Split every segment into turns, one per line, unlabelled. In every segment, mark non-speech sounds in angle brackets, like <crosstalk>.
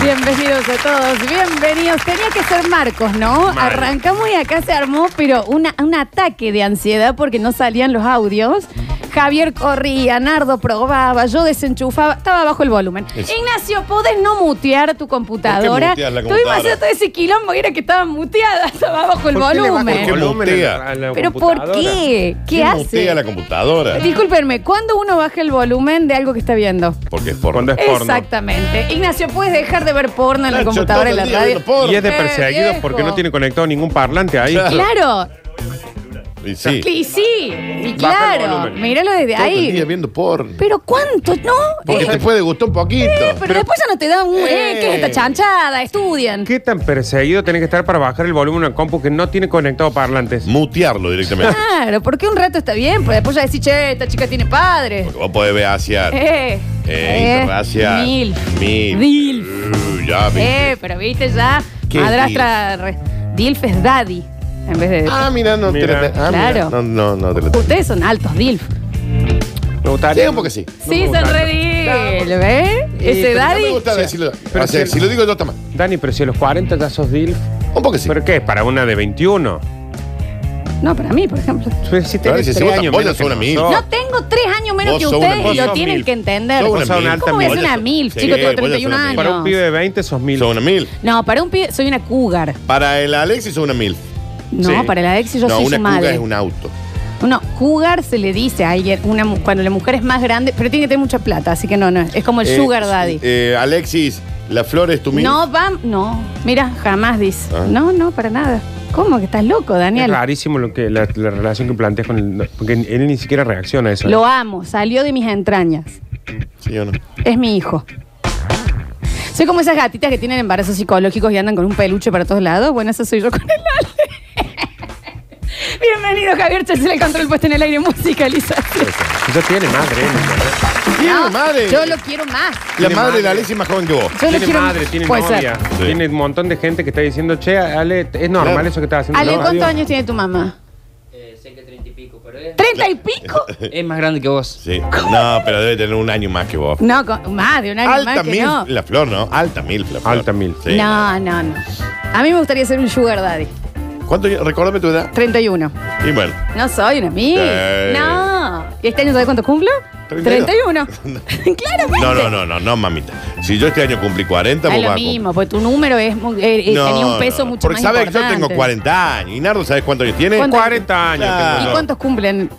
Bienvenidos a todos, bienvenidos. Tenía que ser Marcos, ¿no?
Mal.
Arrancamos y acá se armó, pero una- un ataque de ansiedad porque no salían los audios. Javier corría, Nardo probaba, yo desenchufaba, estaba bajo el volumen.
Eso.
Ignacio, ¿podés no mutear tu computadora?
muteas la
Estuvimos
computadora?
haciendo todo ese quilombo, era que estaba muteada, estaba bajo el
¿Por qué le baja el
volumen.
volumen a la-
Mutea.
a la
¿Pero por
computadora?
qué? ¿Qué
mutea la
hace?
computadora?
Discúlpenme, ¿cuándo uno baja el volumen de algo que está viendo?
Porque es por
Cuando es porno.
Exactamente. Ignacio, ¿puedes dejar de ver porno en la
Nacho,
computadora
todo
en la
el día
radio?
viendo porno.
Y es de
Eh,
perseguido
viejo.
porque no tiene conectado ningún parlante ahí.
Claro.
Claro,
Y sí.
y sí, y
Baja el
claro,
volumen.
míralo desde
Todo el día
ahí.
viendo porno.
Pero ¿cuánto? ¿No?
Porque
Eh,
te puede gustar un poquito.
pero, después ya no te dan un... Eh,
Eh.
¿Qué es esta chanchada? Estudian.
¿Qué tan perseguido tenés que estar para bajar el volumen a una compu que no tiene conectado parlantes?
Mutearlo directamente.
<laughs> Claro, porque un rato está bien, pero después ya decís, che, esta chica tiene padre.
Porque vos podés ver hacia. Eh,
Eh,
Interracia.
Mil.
Mil.
Dilf.
Uh, ya, viste.
Eh, pero viste ya,
¿Qué es
madrastra... re- Dilf es daddy, en vez de...
Ah, mira, no
Mira.
te la. Ah, mira.
Claro.
No, no, no te la.
Ustedes son altos Dilf.
Sí,
Me gustaría.
un poco sí.
Sí,
me
son
gusta.
re Dilf, ¿eh? Ese
Pero No me
daddy...
gusta decirlo.
Pero
o sea,
si-
si lo digo yo, toma.
Dani, pero si a los 40 ya sos DILF.
Un poco sí.
¿Pero qué? ¿Para una de 21?
No, para mí, por ejemplo.
Tú- Si tenés
si
3
vos-
años
vos
menos
ya sos
que
una mil.
nosotros.
No tengo tres años menos
Vos
que
sos
ustedes
una
y lo
milf.
tienen que entender.
Sos
una milf.
¿Cómo voy a ser
Vos
una
ya sos-
milf,
Sí,
chico? Tengo
vos ya sos
31
una milf.
Para
años.
un pibe de 20 sos mil.
Son una mil.
No, para un pibe soy una cougar.
Para el Alexis son una mil.
No,
Sí.
para la ex yo
no,
soy
una
su
cuca
madre.
es un auto.
No, cougar se le dice a alguien una, mu- cuando la mujer es más grande, pero tiene que tener mucha plata, así que no, no. Es como el
Eh,
sugar daddy.
Eh, Alexis, la flor es tu mil.
no, vam, no. Mira, jamás dice.
Ah.
No, no, para nada. ¿Cómo que estás loco,
Es
Daniel?
rarísimo lo que, la, la relación que planteas con él. Porque él ni siquiera reacciona a eso.
Lo amo, salió de mis entrañas.
¿Sí o no?
Es mi hijo. Soy como esas gatitas que tienen embarazos psicológicos y andan con un peluche para todos lados. Bueno, eso soy yo con el Ale. <laughs> Bienvenido, Javier Chesel, el control puesto en el aire musicalización.
Ya tiene madre. él, ¿no?
Tiene
No,
madre.
Yo lo quiero más.
La madre de
Tiene madre.
la Alexis es más joven que vos.
Yo lo
tiene
quiero
madre, tiene
Puede
novia.
ser.
Sí.
Tiene un montón de gente que está diciendo, che, Ale, es normal
Claro.
eso que estás haciendo.
Ale,
No,
¿cuántos
adiós.
años tiene tu mamá?
Eh, sé que 30 y pico, pero es,
¿Treinta y pico?
es más grande que vos.
Sí. No, pero debe tener un año más que vos.
No, con- más de un año
Alta
más que
mil,
no.
la flor, ¿no? Alta mil, la flor.
Alta mil.
Sí.
No, no, no. A mí me gustaría ser un sugar daddy.
¿Cuánto? Recordame tu edad.
31.
Y bueno.
No soy una mil.
Eh.
No. ¿Y este año sabes cuánto cumplo? 31.
Treinta
<laughs> Claramente.
<laughs> No, no, no, no, no, mamita. Si yo este año cumplí 40,
Es
vos
lo
vas a cumplir-
mismo, porque tu número es, mu- eh, eh,
No,
tenía un peso
no,
mucho más
Porque sabes que yo
importante.
tengo 40 años. Y Nardo, ¿sabes cuántos años tiene?
¿Cuántos?
40 años.
Claro.
tengo
¿Y
yo.
cuántos cumplen?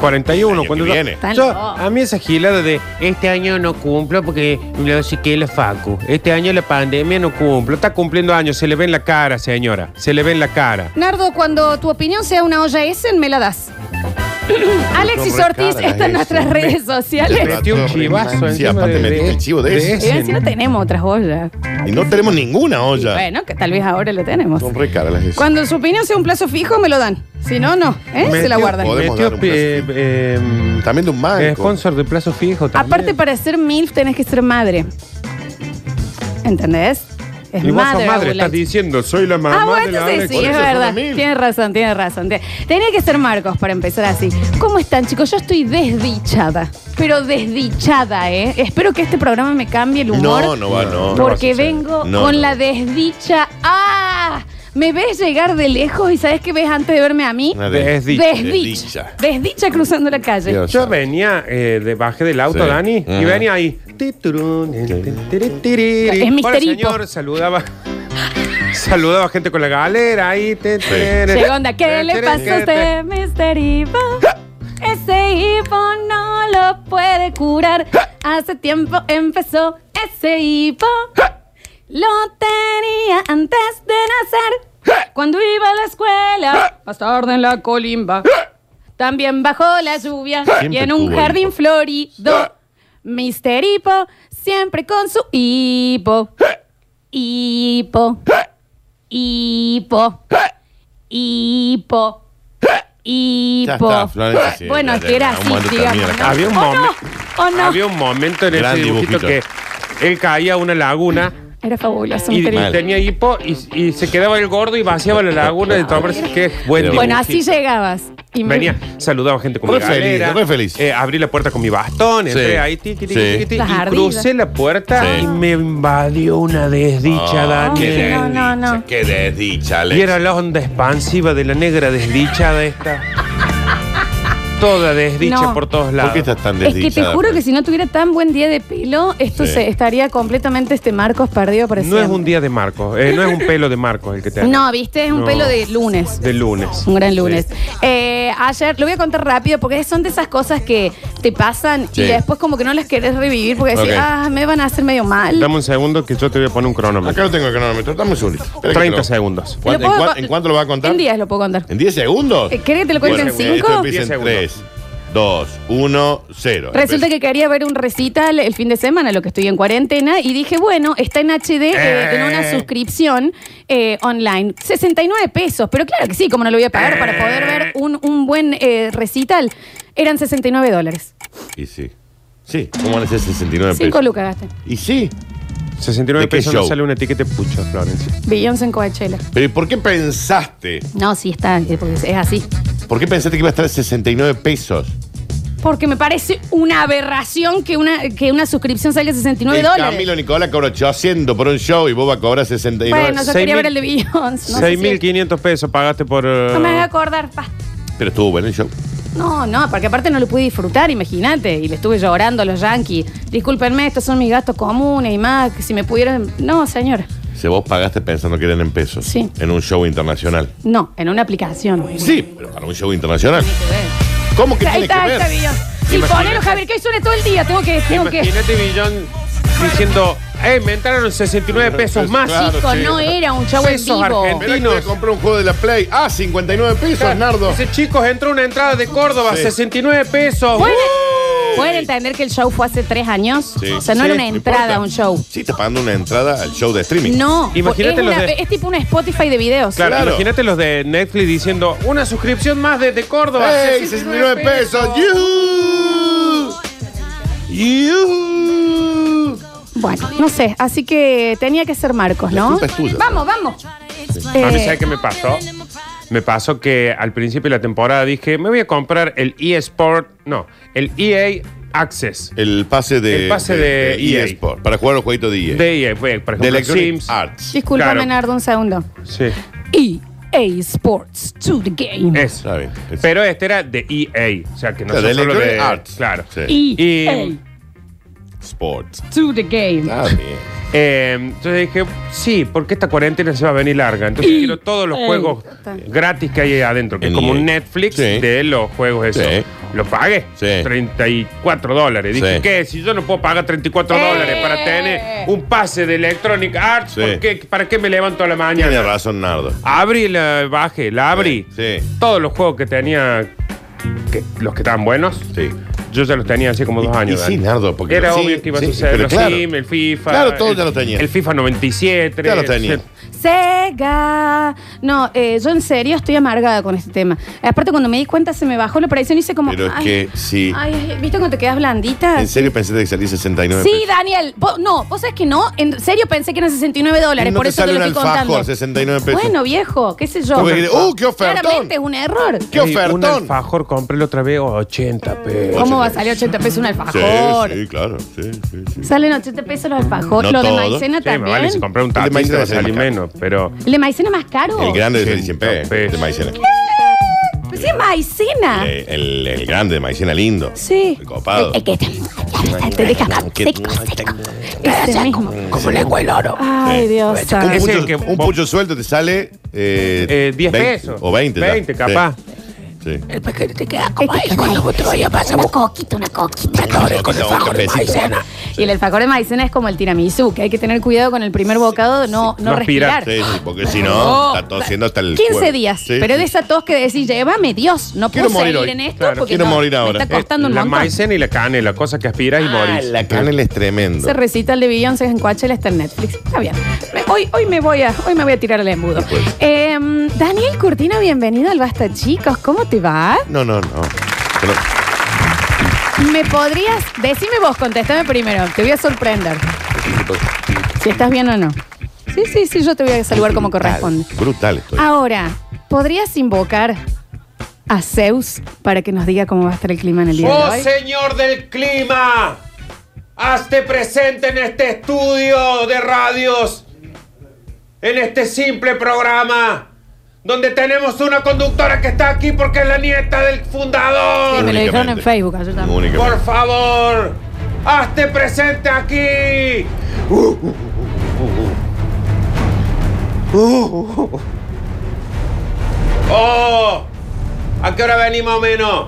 41.
que
cuando
viene.
Están
Yo-
locos.
a mí esa gilada de este año no cumplo porque no sé qué la facu. Este año la pandemia no cumplo. Está cumpliendo años, se le ve en la cara, señora. Se le ve en la cara.
Nardo, cuando tu opinión sea una olla Essen, me la
<coughs>
das. Alexis
No, no,
Ortiz
cara,
está en
eso.
nuestras redes sociales.
Metió un chivazo
Sí,
encima
aparte
de-
metió
de-
el chivo de
de
ese.
ese.
Y si no tenemos otras ollas.
Y no tenemos ninguna olla.
Bueno, que tal vez ahora lo tenemos.
Ah. Son re caras las esas.
Cuando su opinión sea un plazo fijo, me lo dan. Si no, no. ¿eh? Se la
Metió-
guardan.
Podemos
Metió
dar un plazo
eh,
fijo.
eh,
También de un banco.
eh, sponsor de plazo fijo también.
Aparte, para ser MILF tenés que ser madre. ¿Entendés? Es
Y vos sos
madre.
madre, estás
Abulante.
diciendo, soy la mamá
Ah,
de
bueno,
la
sí,
Alex.
sí,
Por
es
eso son
verdad.
los mil.
Tienes razón, tienes razón. Te- Tenía que ser Marcos para empezar así. ¿Cómo están, chicos? Yo estoy desdichada. Pero desdichada, ¿eh? Espero que este programa me cambie el humor.
No, no va, no. no
Porque
vas a hacer.
vengo
No,
con
no.
la desdicha. ¡Ah! Me ves llegar de lejos y ¿sabes qué ves antes de verme a mí?
Una
Desdicha.
Desdicha. Desdicha, cruzando la calle.
Dios.
Yo venía, eh, de, bajé del auto,
Sí.
Dani, y
Ajá.
venía ahí. Titurún, tiri, tiri, tiri.
Es Mr.
Hola,
Hippo.
señor, saludaba. <laughs> Saludaba gente con la galera ahí. te, te,
¿eh?
Llegó onda, ¿qué
te,
le
te,
pasa a
te, te.
usted, Mr.
<laughs>
Ivo? Ese hipo no lo puede
<laughs>
curar. Hace tiempo empezó ese hipo. Lo tenía antes de
<laughs>
nacer. Cuando iba a la escuela, más tarde en la
<laughs>
colimba. También bajo la lluvia y
Siempre
en un
tuvo
jardín
hipo.
florido.
<laughs>
Mr. Hipo, siempre con su
<laughs>
hipo. Hipo. Hipo. Hipo.
Ya
Hipo.
está, Florencia, sí,
bueno,
ya,
es
ya,
que era
un
así,
momento termina la
digamos. ¿no?
canción.
Había un
¿O no?
momento.
¿O no?
Había un momento en ese
Gran
dibujito,
dibujito.
que él caía a una laguna
Era fabuloso. Mr.
y, y
Hipo.
Mal.
tenía hipo y, y se quedaba el gordo y vaciaba la laguna de tomarse. Qué buen
Bueno,
Bueno, así
dibujito.
llegabas. Y me-
Venía, saludaba gente con
Re
mi galera,
feliz, re feliz.
Eh, abrí la puerta con mi bastón, entré
Sí.
ahí, tiqui, tiqui,
Sí.
tiqui, tiqui,
Las
y crucé
ardidas.
la puerta
Sí.
y me invadió una desdicha,
Ah, qué
Daniel.
No, no,
desdicha,
no.
Qué desdicha, Alex.
Y era la onda expansiva de la negra desdichada esta. Toda desdicha
No.
por todos
¿Por
lados.
qué estás tan
Es
desdichada?
que te juro que si no tuviera tan buen día de pelo, esto
Sí.
se estaría completamente este Marcos perdido para
No es un
siempre.
día de Marcos, eh, no es un pelo de Marcos el que te
No, viste, es un
No.
pelo de lunes.
De lunes.
Un gran lunes.
Sí.
Eh, ayer, lo voy a contar rápido porque son de esas cosas que te pasan
Sí.
y después como que no las querés revivir porque decís,
Ok.
ah, me van a hacer medio mal.
Dame un segundo que yo te voy a poner un
Acá
cronómetro.
no tengo el cronómetro. Dame un segundito. Espera que
30
lo-
segundos.
¿Cuán-
¿Lo
en,
puedo
cuán-
con-
en cuánto lo va a contar?
En días lo puedo contar.
¿En 10 segundos?
Eh, ¿querés que te lo cuente en
esto
cinco?
empieza en 3,
10
2, 1, 0.
Resulta que quería ver un recital el fin de semana, lo que estoy en cuarentena, y dije, bueno, está en HD eh, en una suscripción eh, online. 69 pesos, pero claro que sí, como no lo voy a pagar para poder ver un, un buen eh, recital, eran 69 dólares.
Y sí. Sí, ¿cómo van a ser 69 pesos?
5 lucas gasté.
Y sí.
69
¿De qué
pesos no
show?
sale una etiqueta de pucho, Florencia.
Beyoncé en Coachella.
Pero ¿y por qué pensaste?
No, sí está, eh, porque es así.
¿Por qué pensaste que iba a estar 69 pesos?
Porque me parece una aberración que una, que una suscripción salga 69
El
dólares.
Camilo Nicolás cobra 800 por un show y vos vas a cobrar 69.
bueno, yo
seis
quería
mil-
ver el de Beyoncé. No, sé si-
6.500 pesos pagaste por... eh,
no me voy a acordar, basta.
Pero estuvo bueno el show.
No, no, porque aparte no lo pude disfrutar, imagínate. Y le estuve llorando a los yankees. Discúlpenme, estos son mis gastos comunes y más. Que si me pudieran. No, señor.
Si vos pagaste pensando que eran en pesos.
Sí.
En un show internacional.
No, en una aplicación.
Sí, pero para un show internacional. ¿Cómo que
Ahí
tiene que
está, ahí
ver?
está, Billon. Sí,
Imagínate.
ponelo, Javier, que hoy suena todo el día. Tengo que. Tengo que.
Imagínate Billón diciendo, ¡eh, me entraron 69 pesos más!
Claro,
Chico,
sí.
no era un show en
Esos
vivo.
argentinos.
Mirá que voy a comprar un juego de la Play. Ah, 59 pesos, Nardo.
Dice, chicos, entró una entrada de Córdoba,
Sí.
69 pesos.
¿Pueden,
Uy.
pueden entender que el show fue hace tres años?
Sí.
O sea, no era
Sí,
una
no
entrada
importa.
a un show.
Sí, está pagando una entrada al show de streaming.
No.
Imagínate
es,
los
una-
de-
es tipo una Spotify de videos.
Claro,
Claro.
imagínate los de Netflix diciendo una suscripción más desde Córdoba.
¡Ey, 69 pesos! ¡Yuhu! ¡Yuhu!
Bueno, no sé. Así que tenía que ser Marcos,
La
¿no?
culpa es tuya.
Vamos, vamos.
A mí,
Eh,
¿sabes qué me pasó? Me pasó que al principio de la temporada dije, me voy a comprar el eSport, no, el EA Access
El pase de, E
El pase de EA.
Sport para jugar los jueguitos de EA.
de EA, por ejemplo,
E De Electronic
Sims.
Arts.
Disculpame,
Claro.
Nardo, un segundo.
Sí,
EA Sports to the game.
eso.
Está bien. Es-
Pero este era de EA, o sea, que no
O sea, de
son solo
Electronic
de
Arts.
Claro.
Sí.
EA
Y-
Sports.
E to the game.
Está bien.
Eh, entonces dije, sí, porque esta cuarentena se va a venir larga. Entonces quiero todos los juegos gratis que hay ahí adentro, que es
En
como
EA.
un Netflix
Sí.
de los juegos esos.
Sí.
Lo pagué,
Sí.
34 dólares. Dije,
Sí.
¿qué? Si yo no puedo pagar 34
Eh.
dólares para tener un pase de Electronic Arts,
Sí.
¿por qué- ¿para qué me levanto a la
Tiene
mañana?
razón, Nardo.
Abrí, la bajé, la abrí.
Sí.
Todos los juegos que tenía, que- los que estaban buenos,
Sí.
yo ya los tenía hace como dos
Y-
años.
y sí,
Dani.
Nardo, porque
Era
sí,
obvio que iba a
sí,
suceder.
pero
Los
claro.
Sims, el FIFA.
Claro, todos
el-
ya los tenían.
El FIFA 97.
Ya los tenían.
Sega. No, eh, yo en serio estoy amargada con este tema. Aparte, cuando me di cuenta, se me bajó la operación y hice como.
Pero es
ay,
que sí.
ay, ay, ¿Viste cuando te quedas blandita?
¿En serio pensaste que salí 69
Ah, Sí,
pesos?
Daniel. Vos- no, vos sabés que no. En serio pensé que eran 69 dólares.
No
por
te
eso te
sale
lo
un
estoy
alfajor,
contando.
69 pesos.
Bueno, viejo, qué sé yo.
No, porque diré, ¡uh, qué ofertón!
Claramente es un error.
¡Qué
Ey, Un
ofertón!
alfajor compré la otra vez a 80 pesos.
¿Cómo va a salir 80 pesos un
Sí,
alfajor?
sí, claro. Sí, sí, sí.
Salen 80 pesos los alfajores.
No
los de
todo.
maicena
Sí, me
también.
vale si compré un
El de
tapito
maicena
va a
sale
salir
más caro.
menos, pero...
¿El de maicena más caro?
El grande de 100 pesos.
pesos.
De maicena.
Pues sí, maicena.
Eh, El, el grande de maicena lindo.
Ah. Sí.
El copado.
El que te, te deja seco, seco. Ese mismo.
Como lengua el oro.
Ay, Dios santo.
Un
Ese
pucho,
que
un
vos-
pucho suelto te sale eh,
Eh, 10
20
pesos.
O 20. ya.
20,
Sí,
capaz.
sí.
El pequeño te queda como ahí cuando vos te vayas a pasar. Una coquita, una coquita. con el fajo de maicena.
Y el alfajor de maicena es como el tiramisú, que hay que tener cuidado con el primer bocado, no, no
No aspirar.
respirar.
Sí, sí, porque si no,
No.
está tosiendo hasta el.
15
cuerpo.
días,
Sí,
pero
sí.
de esa tos que decís, llévame Dios, no
Quiero
puedo
morir
seguir
hoy.
en esto
Claro,
porque
quiero
no,
morir
me
ahora.
está costando un
la
montón.
maicena y la canela, cosas que aspiras y
Ah,
morís.
la canela es tremendo.
Ese recital de Beyoncé en Coachella está en Netflix. Está bien. Me- hoy, hoy, me voy a, hoy me voy a tirar el embudo.
Después.
Eh, Daniel Curtino, bienvenido al Basta Chicos. ¿Cómo te va?
No, no, no. Pero-
¿Me podrías...? Decime vos, contéstame primero. Te voy a sorprender. Si estás bien o no. Sí, sí, sí, yo te voy a saludar como Ah,
Brutal,
corresponde.
Brutal estoy.
Ahora, ¿podrías invocar a Zeus para que nos diga cómo va a estar el clima en el día
¡Oh,
de hoy.
señor del clima! Hazte presente en este estudio de radios, en este simple programa, donde tenemos una conductora que está aquí porque es la nieta
Sí,
del fundador.
Eh, me lo dijeron en
Únicamente.
Facebook ayer también.
Únicamente.
Por favor, hazte presente aquí. Oh, ¿a qué hora venimos o menos?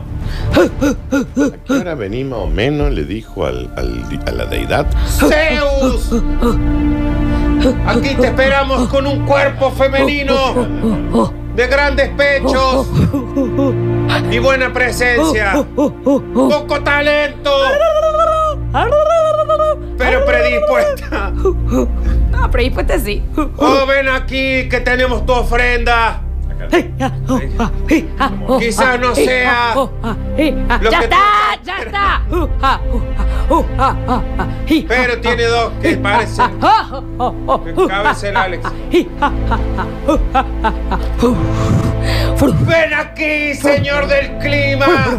¿A qué hora venimos o menos? Le dijo al, al di- a la deidad.
Zeus. Aquí te esperamos con un cuerpo femenino de grandes pechos y buena presencia. Poco talento,
Ah,
pero predispuesta.
No, pero después sí.
Oh, ven aquí que tenemos tu ofrenda. Quizás no sea lo
¡Ya
que
está!
tú-
¡Ya está!
Pero tiene dos que parecen. Cabeza el Alex. Ven aquí, señor del clima,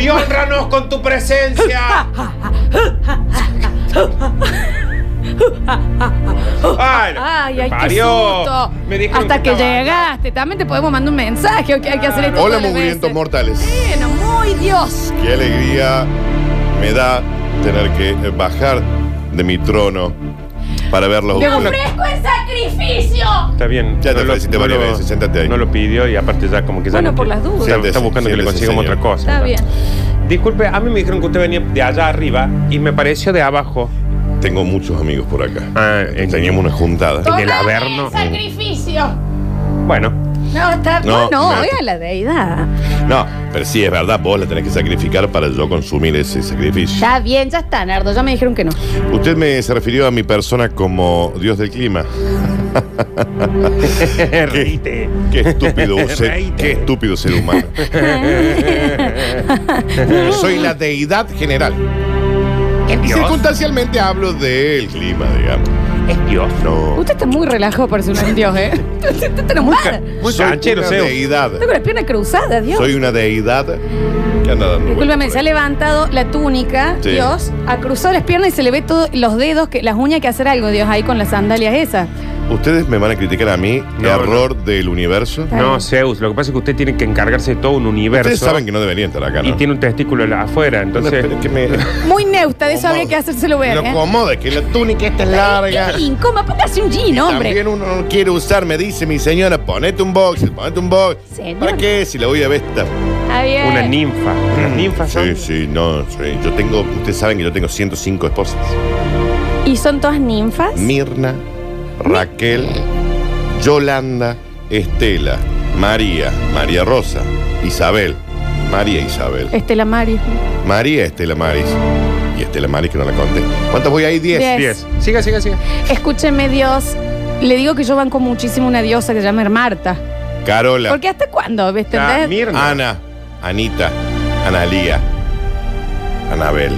y honranos con tu presencia. Ay,
¡Ay, ay, qué
parió.
susto!
Me dijeron
Hasta que
estaba-
llegaste. También te podemos mandar un mensaje o que hay que hacer esto
Hola,
todas las
movimientos
veces.
mortales.
Bueno, muy Dios.
Qué alegría me da tener que eh, bajar de mi trono para verlos. a
¡Te
ustedes.
ofrezco el sacrificio!
Está bien.
Ya te
no lo-
felicité
no
varias
lo-
veces, siéntate ahí.
No lo pidió y aparte ya como que ya
Bueno,
no
por
quiere.
las dudas.
Está- Está
Siéntese,
buscando que le
siéntese,
consigamos
señor.
otra cosa.
Está bien.
Disculpe, a mí me dijeron que usted venía de allá arriba y me pareció de abajo.
Tengo muchos amigos por acá.
Ah, en-
Teníamos una juntada.
En el
eh.
Averno.
sacrificio!
Bueno, <laughs>
No, está. No,
No,
no,
me-
voy a la deidad.
No, pero sí, es verdad, vos la tenés que sacrificar para yo consumir ese sacrificio.
Está bien, ya está, Nardo. Ya me dijeron que no.
Usted me se refirió a mi persona como Dios del clima.
reíte.
Qué estúpido,
<laughs>
un ser,
Reíte.
qué estúpido ser humano.
<laughs>
Soy la deidad general.
Dios.
Circunstancialmente hablo del clima, digamos.
Es Dios.
No.
Usted está muy relajado para ser un dios, ¿eh? <laughs> Usted está enojada. Tengo
Muy
Soy
canchero,
una
Zeus.
deidad.
las piernas cruzadas, Dios.
Soy una deidad que anda dando
Discúlpame,
vueltas
se ha
por ahí.
levantado la túnica,
Sí.
Dios, ha cruzado las piernas y se le ve todos los dedos, que, las uñas que hacer algo, Dios, ahí con las sandalias esas.
Ustedes me van a criticar a mí,
No,
error del universo.
No, Zeus, lo que pasa es que usted tiene que encargarse de todo un universo.
Ustedes saben que no deberían estar acá, ¿no?
Y tiene un testículo la- afuera,
No,
entonces.
pero que me-
Muy neusta, de eso habría que hacérselo ver,
Lo
¿eh?
acomoda, que la túnica esta es larga.
¡Qué incómodo! Póngase un jean, hombre.
También uno no quiere usar, me dice mi señora, ponete un box, ponete un box.
Señor.
¿Para qué? Si la voy a ver esta.
Está bien.
Una ninfa. Las ninfas
Mm, Sí,
son-
sí, no, sí. Yo tengo, ustedes saben que yo tengo 105 esposas.
¿Y son todas ninfas?
Mirna, Raquel, Yolanda, Estela, María, María Rosa, Isabel, María Isabel,
Estela Mari.
María Estela Maris. Y Estela Maris que no la conté. ¿Cuántas voy ahí? 10.
Diez.
Diez. Siga, siga, siga.
Escúcheme, Dios. Le digo que yo banco muchísimo una diosa que se llama Marta.
Carola,
Porque hasta cuándo, ¿ves?
Ah,
¿Entendés?
Mirna.
Ana, Anita, Analía, Anabel.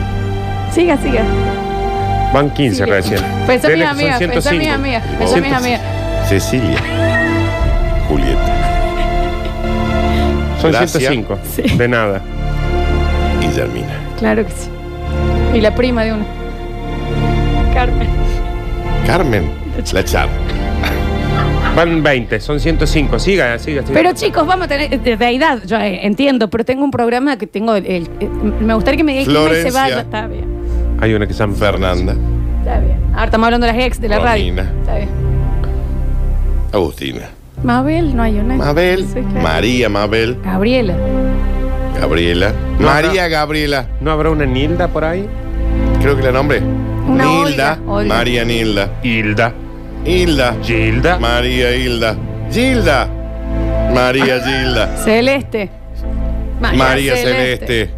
Siga, siga.
Van 15
Sigue.
recién.
Pensó mis
Dele que son
amigas, pensó
105.
mis amigas, pensó mis
105.
amigas.
Cecilia. Julieta.
Son
Gracias.
105. De nada.
Y Germina.
Claro que sí. Y la prima de uno. Carmen.
Carmen. La Char.
Van 20, son 105. Siga, siga, siga.
Pero chicos, vamos a tener de deidad, yo eh, entiendo, pero tengo un programa que tengo el, el- eh, me gustaría que me diga quién se
Florencia.
vaya. Está bien,
Hay una que se llama
Fernanda.
está bien. Ahora estamos hablando de las ex de la radio.
Romina.
Está bien.
Agustina.
Mabel, no hay una.
Mabel.
Sí, claro.
María Mabel.
Gabriela.
Gabriela.
No,
María Gabriela.
¿No habrá una Nilda por ahí?
Creo que la nombré.
Una
Nilda.
Olga, Olga.
María Nilda.
Hilda.
Hilda.
Gilda.
María Hilda. Gilda.
Ah.
María Gilda.
Celeste. Ah,
María Celeste.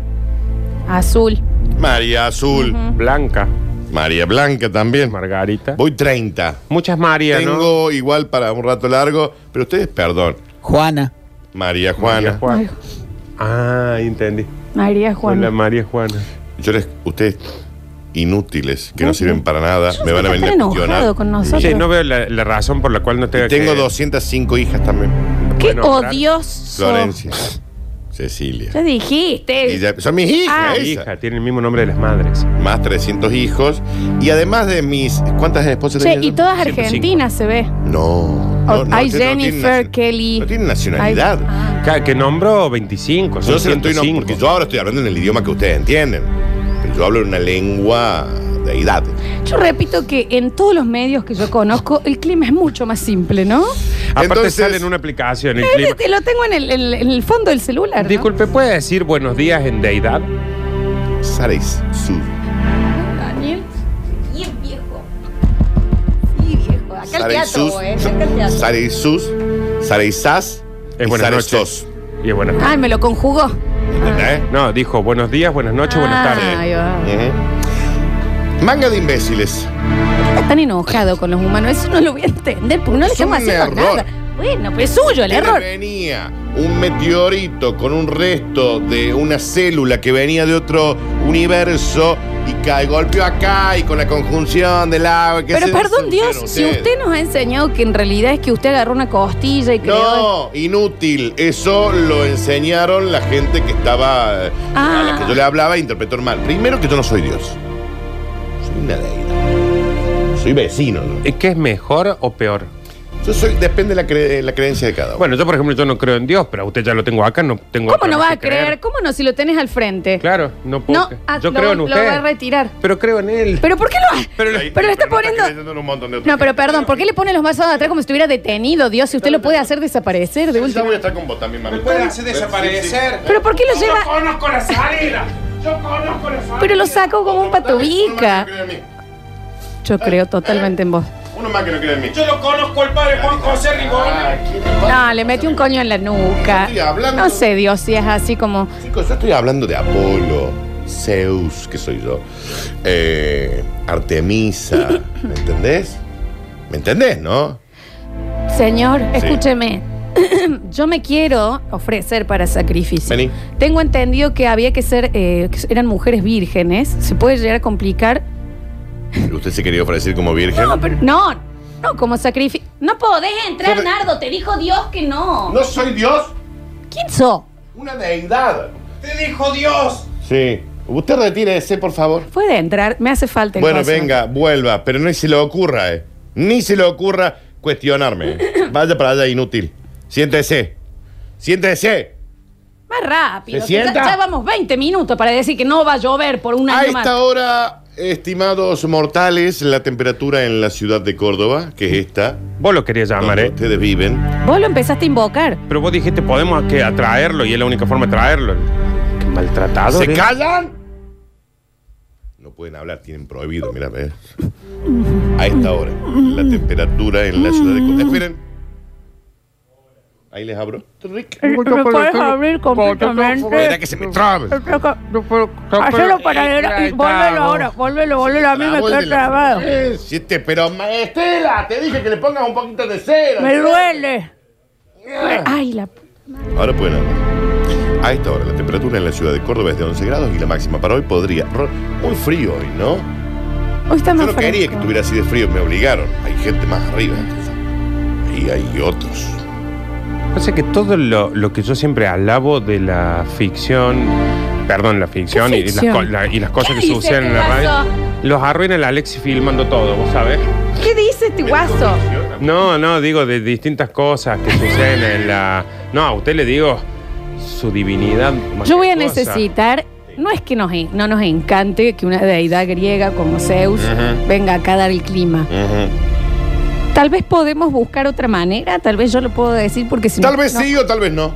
Azul.
María Azul.
Blanca.
María Blanca también.
Margarita.
Voy 30.
Muchas María, ¿no?
Tengo igual para un rato largo, pero ustedes, perdón.
Juana.
María Juana.
María Juana. Ah, entendí.
María
Hola,
Juana.
María Juana.
Yo les, ustedes inútiles, que no sirven para nada, me van a
Está
venir a
enojado
cuestionar.
con nosotros.
Che, no veo la, la razón por la cual no tenga
Y tengo
que-
205 hijas también.
Qué
Bueno,
<laughs>
claro.
odioso.
Florencia. Cecilia.
Ya dijiste.
Y ya- son mis hijas.
Ah.
esas.
Hija, tiene el mismo nombre de las madres.
Más 300 hijos. Y además de mis. ¿Cuántas esposas
Che,
tenía
y
yo?
todas
105.
argentinas se ve.
No.
Oh,
no, no,
hay
usted no tiene
Jennifer,
nacion-
Kelly.
No tiene nacionalidad.
Hay-
Ca- Que nombró 25,
Yo
son
se lo estoy no,
105.
porque yo ahora estoy hablando en el idioma que ustedes entienden. Pero yo hablo en una lengua de edad.
Yo repito que en todos los medios que yo conozco, el clima es mucho más simple, ¿no?
Aparte
Entonces-
sale en una aplicación el clima.
Te lo tengo en el, en- en el fondo del celular. ¿no?
Disculpe, ¿puede decir buenos días en deidad?
Sares Sud.
Daniel. Bien viejo. Sí, viejo. Acá el teatro,
Sareisus,
eh. Acá el teatro.
Sareisus, Sareisas
Es
y
buenas noches.
Saresos.
Y es buenas
Ay, me lo conjugó.
¿Entendés?
No, dijo buenos días, buenas noches, buenas tardes.
Ay, va.
Ujú. Manga de imbéciles.
Está tan enojado con los humanos. Eso no lo voy a entender, porque no le
Es
estamos
un
haciendo
error.
nada. Bueno, pues es suyo el
¿Qué le
error.
venía un meteorito con un resto de una célula que venía de otro universo y cae, golpeó acá y con la conjunción del agua. ¿qué
Pero
se-
perdón
se
Dios,
usaron
si
ustedes?
usted nos ha enseñado que en realidad es que usted agarró una costilla y creó...
No, inútil. Eso lo enseñaron la gente que estaba. eh,
Ah.
A la que yo le hablaba e interpretó mal. Primero que yo no soy Dios. Soy una deidad. Soy vecino. ¿no?
¿Y ¿Qué es mejor o peor?
Yo soy. Depende de la, cre- la creencia de cada uno.
Bueno, yo por ejemplo yo no creo en Dios, pero a usted ya lo tengo acá, no tengo
¿Cómo
otra
no
más
va
que
a creer? ¿Cómo no si lo tenés al frente?
Claro, no puedo.
No,
creer.
ah,
yo
lo,
creo
va-
en
lo
usted.
va a retirar.
Pero creo en él.
¿Pero por qué lo ha- Pero,
Pero-
Ahí-
le está
no
poniendo...
creyendo en un montón de otras
No, pero
cosas.
perdón, ¿por qué le pone los vasos atrás como si estuviera detenido, Dios? Si usted lo puede hacer desaparecer de
Sí, Ya
última.
voy a estar con vos también, mami.
Me puede hacer desaparecer.
¿Pero por qué lo lleva...?
conozco la salida. Yo conozco la salida.
Pero lo saco como un patobica.
Uno más que no cree en mí.
Yo creo totalmente en vos.
Uno más que no cree en mí.
Yo lo conozco al padre Juan José
Ah,
Rigón.
¿qué te pasa?
No, le metí un coño en la nuca.
Estoy hablando.
No sé, Dios, si es así como...
Chicos, yo estoy hablando de Apolo, Zeus, que soy yo, eh, Artemisa,
<laughs>
¿me entendés? ¿Me entendés, no?
Señor,
Sí.
escúcheme. <clears throat> Yo me quiero ofrecer para sacrificio.
Vení.
Tengo entendido que había que ser, eh, que eran mujeres vírgenes. ¿Se puede llegar a complicar?
¿Usted se quería ofrecer como virgen?
No, pero- no, no, como sacrificio. No podés entrar,
Sobre-
Nardo, te dijo Dios que no.
No soy Dios,
¿Quién sos?
una deidad.
Te dijo Dios.
Sí. Usted retírese, por favor.
Puede entrar, me hace falta. el
bueno,
coso.
venga, vuelva, pero no se le ocurra, eh. Ni se le ocurra
<laughs>
cuestionarme. eh. Vaya para allá, inútil. Siéntese. Siéntese.
Más rápido.
¿Se
que ya-
sienta?
Ya, vamos 20 minutos para decir que no va a llover por un
A
año más.
esta hora, estimados mortales, la temperatura en la ciudad de Córdoba, que es esta,
Vos lo querías llamar,
donde
¿eh?
ustedes viven,
Vos lo empezaste a invocar.
Pero vos dijiste, podemos que atraerlo y es la única forma de traerlo. Qué maltratado.
¿se
¿eh?
callan? No pueden hablar, tienen prohibido, mira, ver. A esta hora, la temperatura en la ciudad de Córdoba. Esperen. Ahí les abro.
¿Lo puedes abrir completamente?
Espera que se me trabe.
Hacelo
eh,
para adelante. Vuélvelo ahora, vuélvelo, vuélvelo. A mí
Ah,
me queda trabado.
Sí, te- pero, ma- Estela, te dije que le pongas un poquito de cera.
Me duele. Ay, la. p-
Ahora pueden hablar. A esta hora, la temperatura en la ciudad de Córdoba es de 11 grados y la máxima para hoy podría. ro- Muy frío hoy, ¿no?
Hoy está
Yo
más
no quería que
fresco.
estuviera así de frío, me obligaron. Hay gente más arriba. Y hay otros.
Pasa que todo lo, lo que yo siempre alabo de la ficción, perdón, la ficción,
¿Qué
y, las,
ficción?
co- la- y las cosas
¿Qué
que
dice
suceden en
este
la radio,
guaso?
los arruina el Alexi filmando todo, ¿vos sabés?
¿Qué dice este guaso?
No, no, digo de distintas cosas que suceden en la... No, a usted le digo su divinidad. más
Yo
que
voy a
cosa.
necesitar. No es que nos, en- no nos encante que una deidad griega como Zeus venga acá a dar el clima. Tal vez podemos buscar otra manera, tal vez yo lo puedo decir porque si no-
Tal vez
no-
sí o tal vez no.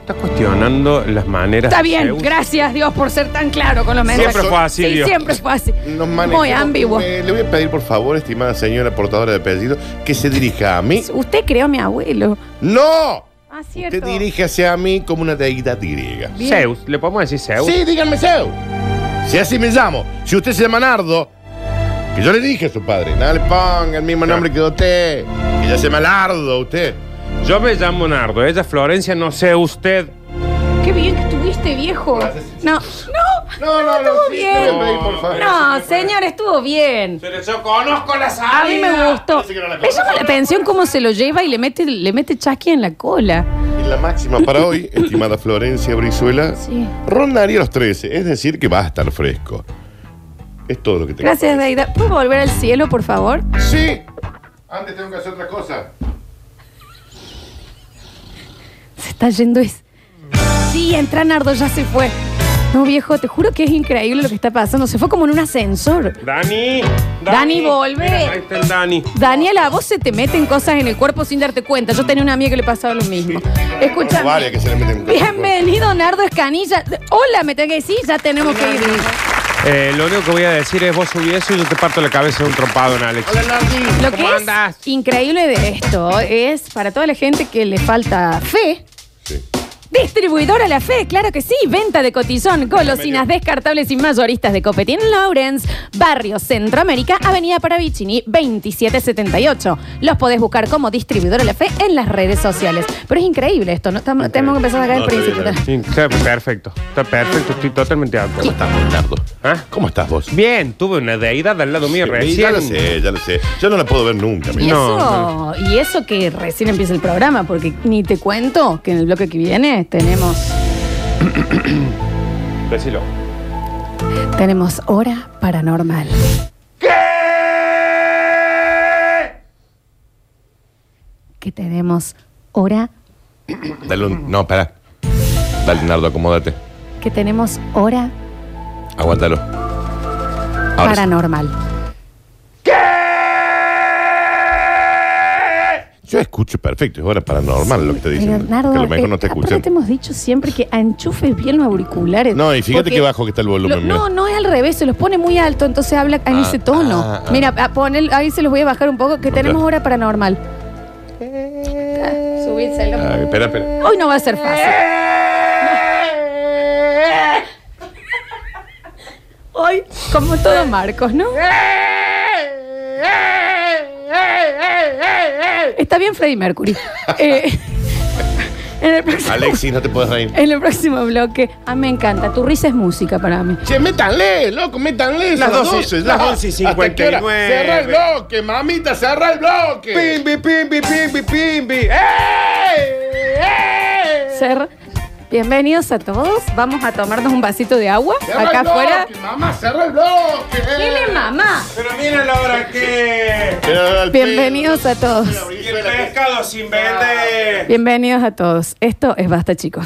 Está cuestionando las maneras
Está
de
bien,
Zeus.
gracias Dios por ser tan claro con los
Siempre
mensajes.
fue así,
Sí,
Dios.
siempre fue así.
Nos manejamos.
Muy ambiguo.
Eh, le voy a pedir, por favor, estimada señora portadora de apellido, que se dirija a mí.
Usted creó a mi abuelo.
¡No!
Ah, cierto.
Usted diríjase a mí como una deidad griega.
Bien.
Zeus, ¿le podemos decir Zeus?
Sí, díganme Zeus. Si así me llamo. Si usted se llama Nardo, que yo le dije a su padre, no le ponga el mismo nombre que usted. Que ya se llama Lardo usted.
Yo me llamo Nardo, ella es Florencia, no sé usted.
Qué bien que estuviste, viejo. No, no,
No, no, no.
estuvo
sí, te voy a
bien.
pedir, por favor.
No, señor, estuvo bien.
Pero yo conozco la
A mí me gustó.
Parece que no la
Me llama la atención cómo se lo lleva y le mete, le mete chasqui en la cola.
Y la máxima para
<laughs>
hoy, estimada Florencia Brizuela,
Sí.
rondaría los 13, es decir, que va a estar fresco. Es todo lo que tengo.
Gracias, Deida. ¿Puedo volver al cielo, por favor?
Sí. Antes tengo que hacer otra cosa.
Se está yendo es. Sí, entra Nardo, ya se fue. No, viejo, te juro que es increíble lo que está pasando. Se fue como en un ascensor.
Dani.
Dani, volvé.
Mira, Ahí está el Dani.
Daniela, a vos se te meten cosas en el cuerpo sin darte cuenta. Yo tenía una amiga que le pasaba lo mismo. Escucha.
Como varias que se le meten cosas.
Bienvenido, Nardo Escanilla. Hola, me tengo que decir, ya tenemos que ir.
Eh, lo único que voy a decir es vos subí eso y yo te parto la cabeza de un trompado en Alex.
Lo que
¿Cómo
es
andas?
increíble de esto es para toda la gente que le falta fe.
Sí.
Distribuidora La Fe, claro que sí. Venta de cotillón, golosinas descartables y mayoristas de Copetín Lawrence, Barrio Centroamérica, Avenida Paravicini, 2778. Los podés buscar como Distribuidora La Fe en las redes sociales. Pero es increíble esto, ¿no? Estamos- Tenemos que empezar acá del
No,
principio.
está bien,
Sí, está perfecto. Está perfecto, estoy totalmente de
¿Cómo
acuerdo.
estás, Bernardo?
¿Ah?
¿Cómo estás vos?
Bien, tuve una deidad al lado mío recién.
Ya lo sé, ya lo sé. Yo no la puedo ver nunca.
Y,
mira.
No,
eso, y eso que recién empieza el programa, porque ni te cuento que en el bloque que viene tenemos,
Decilo.
tenemos hora paranormal.
¿Qué?
Que tenemos hora,
Dale un... No, pará. Dale, Nardo, acomódate.
que tenemos hora
Aguántalo. Ahora sí.
paranormal.
Yo escucho perfecto, es ahora paranormal lo que te
Pero,
dicen.
Nardo,
que a lo mejor
eh,
no te
aparte
escuchan.
te hemos dicho siempre que enchufes bien los auriculares.
No, y fíjate
Porque
qué bajo que está el
lo-
volumen.
no,
mira.
no es al revés, se los pone muy alto, entonces habla en
Ah,
ese tono.
ah, ah.
Mira, a poner, ahí se los voy a bajar un poco, que tenemos hora paranormal. Ah, Subírselo.
Ah, espera, espera.
Hoy no va a ser fácil. Hoy, como todo Marcos, ¿no? Está bien Freddie Mercury. Eh, en, el próximo,
Alexis, no te puedes reír.
en el próximo bloque. Ah, me encanta. Tu risa es música para mí.
Che, métanle, loco, métanle.
Las
son
doce, las doce y
¿Hasta qué hora?
59.
Cerra el bloque, mamita, cerra el bloque.
Pimbi, pimbi, pimbi, pimbi.
Eh.
Ser. Bienvenidos a todos. Vamos a tomarnos un vasito de agua acá afuera.
Mamá, cerra el bloque.
¿Quién es mamá?
Pero mira la hora que.
Bienvenidos a todos.
pescado sin vender.
Ah, Bienvenidos a todos. Esto es Basta, chicos.